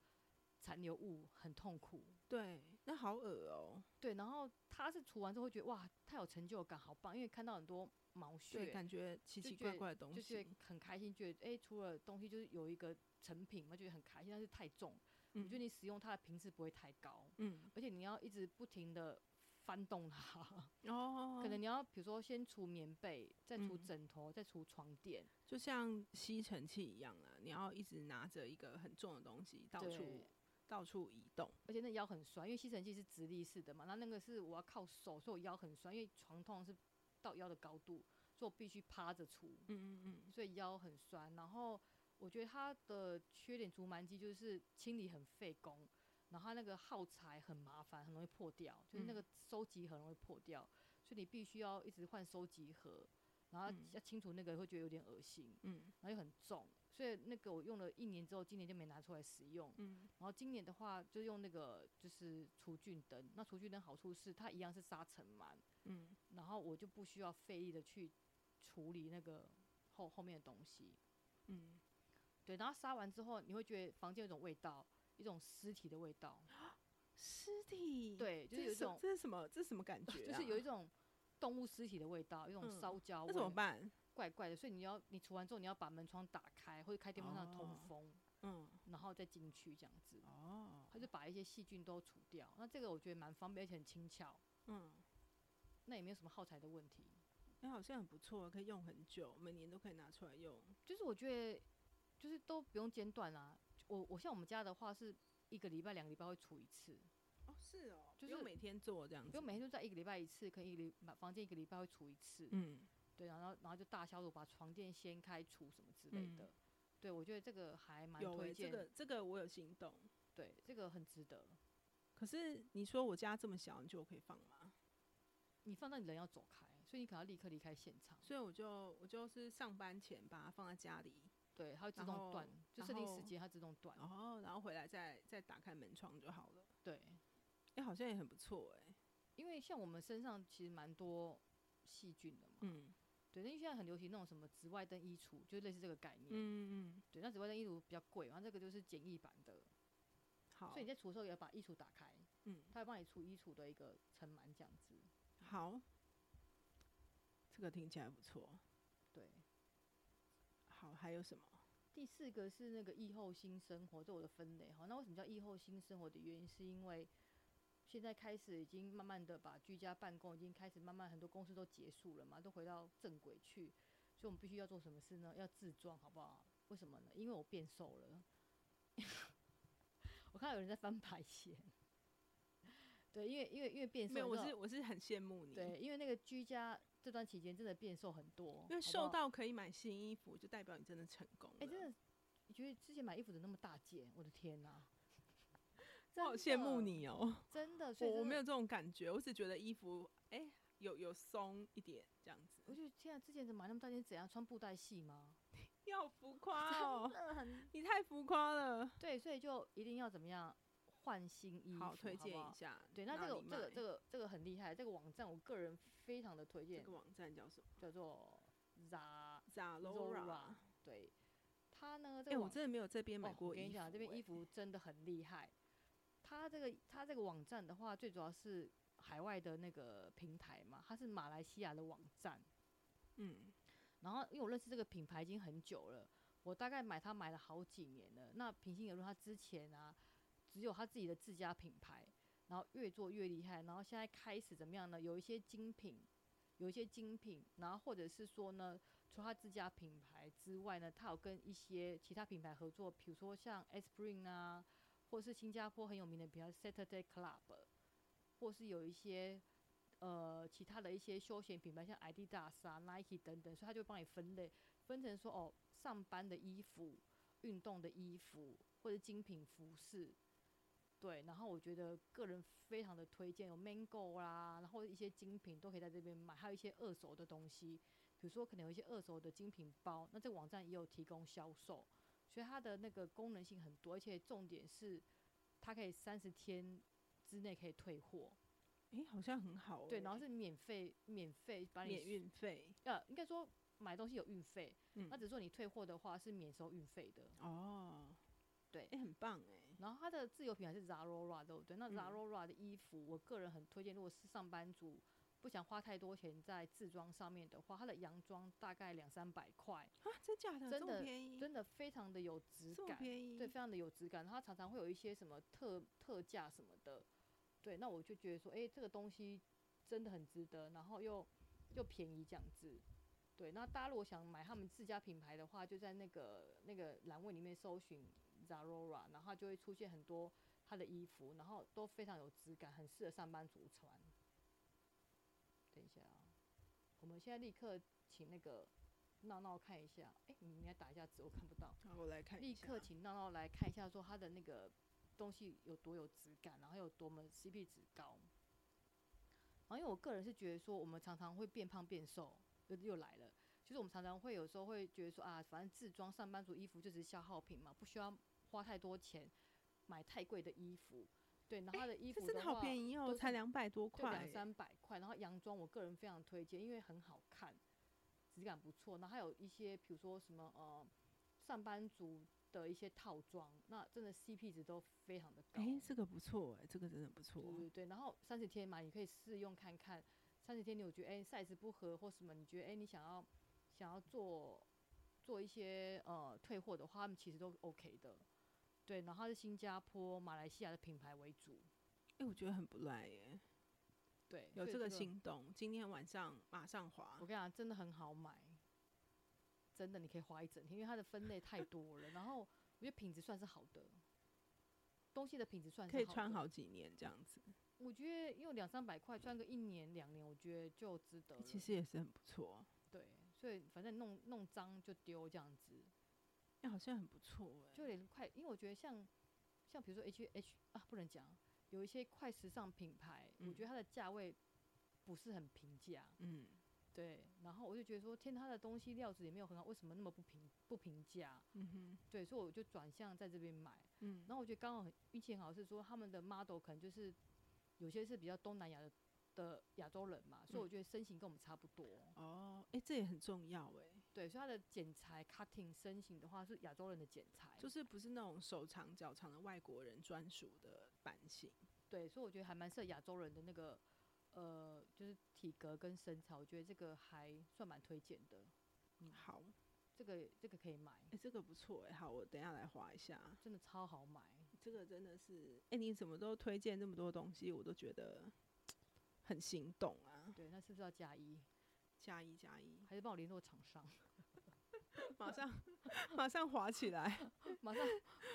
B: 残留物，很痛苦。
A: 对，那好恶哦、
B: 对，然后它是除完之后会觉得哇，太有成就感，好棒，因为看到很多毛
A: 对，
B: 屑，
A: 感觉奇
B: 就
A: 奇
B: 觉
A: 怪
B: 得
A: 怪的东
B: 就
A: 西。
B: 是会很开心，觉得哎、除了东西就是有一个成品嘛，觉得很开心，但是太重，我觉得
A: 嗯
B: 你使用它的频次不会太高，
A: 嗯
B: 而且你要一直不停的翻动它。
A: 哦，
B: 可能你要比如说先除棉被，再除
A: 嗯
B: 枕头，再除床垫，
A: 就像吸尘器一样啊，你要一直拿着一个很重的东西到处
B: 对
A: 到处移动。
B: 而且那腰很酸，因为吸尘器是直立式的嘛，那那个是我要靠手，所以我腰很酸，因为床通常是到腰的高度，所以我必须趴着除，
A: 嗯嗯嗯，
B: 所以腰很酸。然后我觉得它的缺点除螨机就是清理很费工，然后它那个耗材很麻烦，很容易破掉，就是那
A: 嗯
B: 个收集盒很容易破掉，所以你必须要一直换收集盒，然后
A: 嗯
B: 要清除那个会觉得有点恶心。
A: 嗯
B: 然后又很重，所以那个我用了一年之后，今年就没拿出来使用。
A: 嗯
B: 然后今年的话，就用那个就是除菌灯。那除菌灯好处是它一样是杀尘螨，
A: 嗯，
B: 然后我就不需要费力的去处理那个后后面的东西。
A: 嗯，
B: 对，然后杀完之后，你会觉得房间有一种味道，一种尸体的味道，
A: 尸体，，
B: 对，就是有
A: 这
B: 一
A: 什
B: 种，
A: 这是什么？这是什么感 觉、
B: 就
A: 啊？
B: 是有一种动物尸体的味道，一种
A: 嗯
B: 烧焦
A: 那
B: 味，
A: 怎么办？
B: 怪怪的。所以你要你除完之后，你要把门窗打开，或者开电风扇通
A: 哦
B: 风，
A: 嗯，
B: 然后再进去这样子，
A: 哦
B: 它就把一些细菌都除掉。那这个我觉得蛮方便，而且很轻巧，
A: 嗯，
B: 那也没有什么耗材的问题。
A: 那、哎好像很不错，啊可以用很久，每年都可以拿出来用。
B: 就是我觉得就是都不用间断啊。我我像我们家的话是一个礼拜、两个礼拜会除一次，
A: 哦，是哦，
B: 就
A: 不用
B: 是
A: 每天嗯做这样子，
B: 不用每天都在一个礼拜一次，可能一个礼把房间一个礼拜会除一次，
A: 嗯，
B: 对，然后然后就大消毒，把床垫掀开除什么之类的。
A: 嗯
B: 对，我觉得这个还蛮
A: 有诶、欸这
B: 推荐，
A: 个这个我有心动。
B: 对，这个很值得。
A: 可是你说我家这么小，你觉得我可以放吗？
B: 你放到你人要走开，所以你可能要立刻离开现场，
A: 所以我就我就是上班前把它放在家里，
B: 对，它会自
A: 然
B: 动
A: 后
B: 断，就
A: 然
B: 设定时
A: 后哦
B: 间它自动断，
A: 然后然后回来再再打开门窗就好了。
B: 对，
A: 哎、好像也很不错哎、
B: 因为像我们身上其实蛮多细菌的嘛，
A: 嗯
B: 对，因为现在很流行那种什么紫外灯衣橱，就类似这个概念。
A: 嗯嗯，
B: 对，那紫外灯衣橱比较贵，然后这个就是简易版的，
A: 好
B: 所以你在除的时候也要把衣橱打开，
A: 嗯
B: 它会帮你除衣橱的一个尘螨这样子。嗯
A: 好，这个听起来不错。
B: 对，
A: 好，还有什么？
B: 第四个是那个疫后新生活，这我的分类哈。那为什么叫疫后新生活的原因，是因为现在开始已经慢慢的把居家办公已经开始慢慢很多公司都结束了嘛，都回到正轨去，所以我们必须要做什么事呢？要自装，好不好？为什么呢？因为我变瘦了。 我看到有人在翻白眼。对，因为因为因为变瘦，
A: 没有，
B: 你
A: 我
B: 知道
A: 是我是很羡慕你，，
B: 对，因为那个居家这段期间真的变瘦很多，
A: 因为
B: 好不
A: 瘦
B: 好
A: 到可以买新衣服，就代表你真的成功了。
B: 哎、真的，你觉得之前买衣服怎么那么大件？我的 天哪、
A: 我好羡慕
B: 真的，
A: 你哦、
B: 真的，所
A: 我
B: 以
A: 我
B: 真
A: 没
B: 的
A: 有，这种感觉，我只觉得衣服哎、有有松一点这样
B: 我
A: 子，
B: 就天啊，之前怎么买那么大件？怎样穿布袋 戏吗？
A: 你好浮夸哦、
B: 真的很
A: 你太浮夸了。
B: 对，所以就一定要怎么样换新衣服，
A: 好，推荐
B: 不好
A: 一下。
B: 对，那这
A: 哪
B: 个
A: 里
B: 这个
A: 买
B: 这个这个很厉害，这个网站我个人非常的推
A: 这
B: 荐，
A: 个网站叫什么
B: 叫做 Zara。
A: ？Zalora
B: Zara。对，它呢，
A: 哎、
B: 这个
A: 我
B: 网
A: 真的没有这边买
B: 哦
A: 过
B: 我
A: 衣服、
B: 跟你讲，这边衣
A: 哎
B: 服真的很厉害。它这个它这个网站的话，最主要是海外的那个平台嘛，它是马来西亚的网站。
A: 嗯，
B: 然后因为我认识这个品牌已经很久了，我大概买它买了好几年了。那平心而论，它之前啊只有它自己的自家品牌，然后越做越厉害，然后现在开始怎么样呢？有一些精品，有一些精品，然后或者是说呢，除它自家品牌之外呢，它有跟一些其他品牌合作，比如说像 Spring 啊，或是新加坡很有名的品牌 Saturday Club，或是有一些呃其他的一些休闲品牌，像 Adidas 啊、Nike 等等，所以它就帮你分类，分成说哦，上班的衣服、运动的衣服或者精品服饰。对，然后我觉得个人非常的推荐，有 Mango 啦，然后一些精品都可以在这边买，还有一些二手的东西，比如说可能有一些二手的精品包，那这个网站也有提供销售，所以它的那个功能性很多，而且重点是它可以三十天之内可以退货，
A: 哎、好像很好、哦。
B: 对，然后是免费免费把你
A: 免运费，
B: 呃，应该说买东西有运费，
A: 嗯
B: 那只是说你退货的话是免收运费的。
A: 哦，
B: 对
A: 哎、很棒哎、
B: 然后它的自由品牌是 Zalora，对不对？那
A: 嗯
B: Zalora 的衣服，我个人很推荐，如果是上班族不想花太多钱在自装上面的话，它的洋装大概两三百块，
A: 啊，真假的，
B: 真
A: 这么
B: 的
A: 便宜，
B: 真的非常的有质
A: 这么
B: 感，
A: 便宜，
B: 对，非常的有质感。然后它常常会有一些什么特特价什么的，对，那我就觉得说，诶，这个东西真的很值得，然后又又便宜这样子。对，那大家如果想买他们自家品牌的话，就在那个那个栏位里面搜寻 Zalora，然后它就会出现很多它的衣服，然后都非常有质感，很适合上班族穿。等一下啊，我们现在立刻请那个闹闹看一下，诶，你应该打一下字，我看不到。
A: 好，我来看一
B: 立
A: 下
B: 刻请闹闹来看一下，说它的那个东西有多有质感，然后有多么 CP 值高。然后因为我个人是觉得说，我们常常会变胖变瘦，又又来了。就是我们常常会有时候会觉得说啊，反正自装上班族衣服就只是消耗品嘛，不需要花太多钱买太贵的衣服。对，然后它的衣
A: 这
B: 服
A: 真的好
B: 话
A: 便宜哦，
B: 都
A: 才
B: 是
A: 两百多
B: 就
A: 块、
B: 两三百块。然后洋装我个人非常推荐，因为很好看，质感不错，然后还有一些比如说什么呃上班族的一些套装，那真的 CP 值都非常的高。
A: 哎，这个不错哎、这个真的不错。
B: 对对对，然后三十天嘛，你可以试用看看。三十天你有觉得哎 size 不合或什么，你觉得哎你想要想要做做一些呃退货的话，他们其实都 OK 的。对，然后它是新加坡、马来西亚的品牌为主。
A: 哎、我觉得很不赖耶，
B: 对，
A: 有
B: 所以
A: 这
B: 这
A: 个
B: 个
A: 心动，今天晚上马上滑
B: 我。跟你讲，真的很好买，真的你可以花一整天，因为它的分类太多了。然后我觉得品质算是好的，东西的品质算是
A: 可以穿
B: 的。
A: 好几年这样子，
B: 我觉得用两三百块穿个一年两年，我觉得就值得了。
A: 其实也是很不错。
B: 对，所以反正弄弄脏就丢这样子，
A: 哎、好像很不错哎、
B: 就有点快。因为我觉得像像比如说 H H 啊，不能讲，有一些快时尚品牌，我
A: 嗯
B: 觉得它的价位不是很平价。
A: 嗯，
B: 对，然后我就觉得说，天，它的东西料子也没有很好，为什么那么不平不平价？
A: 嗯哼，
B: 对，所以我就转向在这边买。
A: 嗯，
B: 然后我觉得刚好很运气很好，是说他们的 model 可能就是有些是比较东南亚的的亚洲人嘛，所以我
A: 嗯
B: 觉得身形跟我们差不多。
A: 哦，哎、这也很重要哎、
B: 对，所以他的剪裁 cutting 身形的话是亚洲人的剪裁，
A: 就是不是那种手长脚长的外国人专属的版型。
B: 对，所以我觉得还蛮适合亚洲人的那个呃，就是体格跟身材，我觉得这个还算蛮推荐的，
A: 好，
B: 这个这个可以买，
A: 哎、嗯这个不错哎、好，我等一下来划一下。
B: 真的超好买。
A: 这个真的是，哎、你怎么都推荐那么多东西，我都觉得很心动啊！
B: 对，那是不是要加一？
A: 加一加一，
B: 还是帮我联络厂商，
A: 马上马上滑起来。
B: 马上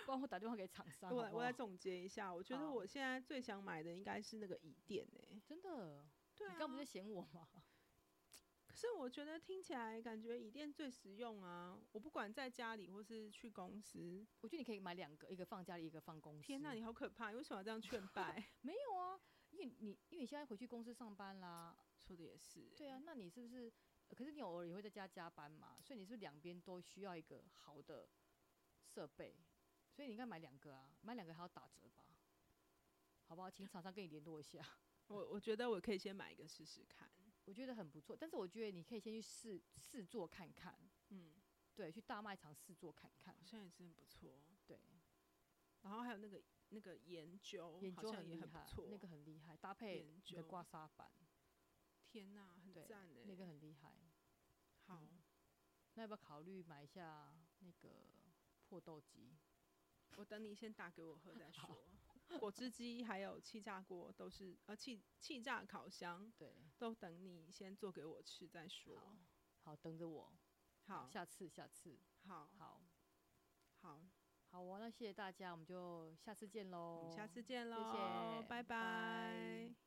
B: 帮我打电话给厂商好
A: 我来
B: 不
A: 我来
B: 好
A: 总结一下，我觉得
B: 好
A: 我现在最想买的应该是那个椅垫哎、
B: 真的，
A: 对啊
B: 你刚不是嫌我吗？
A: 可是我觉得听起来感觉椅垫最实用啊！我不管在家里或是去公司，
B: 我觉得你可以买两个，一个放家里，一个放公司。
A: 天哪，你好可怕！你为什么要这样 劝败？
B: 没有啊？因为你因为你现在回去公司上班啦，
A: 说的也是、欸
B: 对啊，，那你是不是？呃可是你偶尔也会在家加班嘛，所以你是不是两边都需要一个好的设备，所以你应该买两个啊，买两个还要打折吧，好不好？请厂商跟你联络一下，
A: 我我觉得我可以先买一个试试看。
B: 我觉得很不错。但是我觉得你可以先去试试做看看，
A: 嗯，
B: 对，去大卖场试做看看
A: 好，像也是很不错。
B: 对，
A: 然后还有那个那个研究，
B: 研
A: 哦好
B: 究
A: 像
B: 很
A: 也
B: 厉
A: 很
B: 害
A: 不，错。
B: 那个很厉害，搭配
A: 研
B: 你的
A: 究
B: 刮痧板，
A: 天哪，很
B: 对
A: 赞哎、
B: 那个很厉害。
A: 好，
B: 那要不要考虑买一下那个破豆机？
A: 我等你先打给我喝再
B: 好
A: 说。果汁机还有气炸锅都是，呃，气气炸烤箱
B: 对，
A: 都等你先做给我吃再说。
B: 好，好，等着我，
A: 好，
B: 下次，下次，
A: 好，
B: 好。
A: 好，
B: 好哦，那谢谢大家，我们就下次见喽。
A: 我们下次见
B: 谢
A: 喽，
B: 谢
A: 拜
B: 拜拜
A: 拜